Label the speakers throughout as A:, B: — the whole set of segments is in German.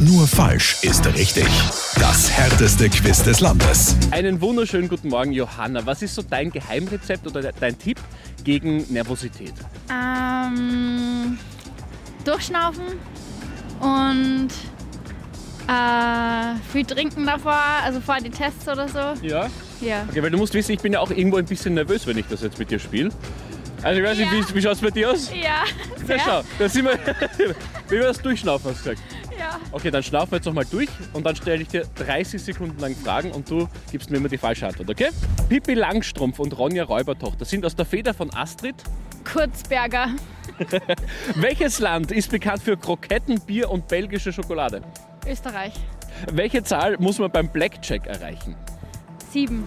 A: Nur falsch ist richtig. Das härteste Quiz des Landes.
B: Einen wunderschönen guten Morgen, Johanna. Was ist so dein Geheimrezept oder de- dein Tipp gegen Nervosität?
C: Ähm, durchschnaufen und äh, viel trinken davor, also vor die Tests oder so.
B: Ja.
C: Ja.
B: Okay, weil du musst wissen, ich bin ja auch irgendwo ein bisschen nervös, wenn ich das jetzt mit dir spiele. Also ich weiß
C: Ja.
B: nicht, wie, wie schaut es bei dir aus?
C: Ja.
B: Na schau, da sind wir. wie wir das durchschnaufen, hast du gesagt.
C: Ja.
B: Okay, dann schnaufen wir jetzt nochmal durch und dann stelle ich dir 30 Sekunden lang Fragen und du gibst mir immer die falsche Antwort, okay? Pippi Langstrumpf und Ronja Räubertochter sind aus der Feder von Astrid.
C: Kurzberger.
B: Welches Land ist bekannt für Kroketten, Bier und belgische Schokolade?
C: Österreich.
B: Welche Zahl muss man beim Blackjack erreichen?
C: Sieben.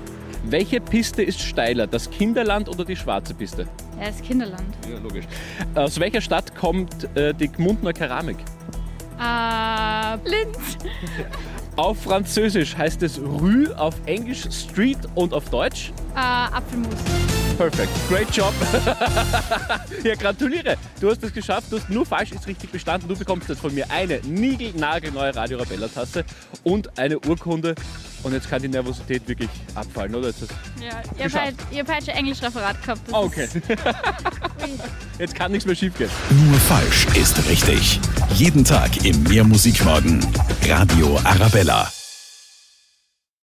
B: Welche Piste ist steiler, das Kinderland oder die schwarze Piste?
C: Ja, das Kinderland.
B: Ja, logisch. Aus welcher Stadt kommt äh, die Gmundner Keramik?
C: Äh, Linz.
B: Auf Französisch heißt es Rue, auf Englisch Street und auf Deutsch
C: Äh, Apfelmus.
B: Perfect. Great job. ja, gratuliere. Du hast es geschafft. Du hast nur falsch ist richtig bestanden. Du bekommst jetzt von mir eine niegelnagelneue Radio Rabella Tasse und eine Urkunde. Und jetzt kann die Nervosität wirklich abfallen, oder? Jetzt ist-
C: Ja, ihr habt
B: Geschafft.
C: halt, ihr habt halt schon Englischreferat gehabt. das
B: Ah, Okay.
C: ist- Ui.
B: Jetzt kann nichts mehr schief gehen.
A: Nur falsch ist richtig. Jeden Tag im Meer Musikmorgen. Radio Arabella.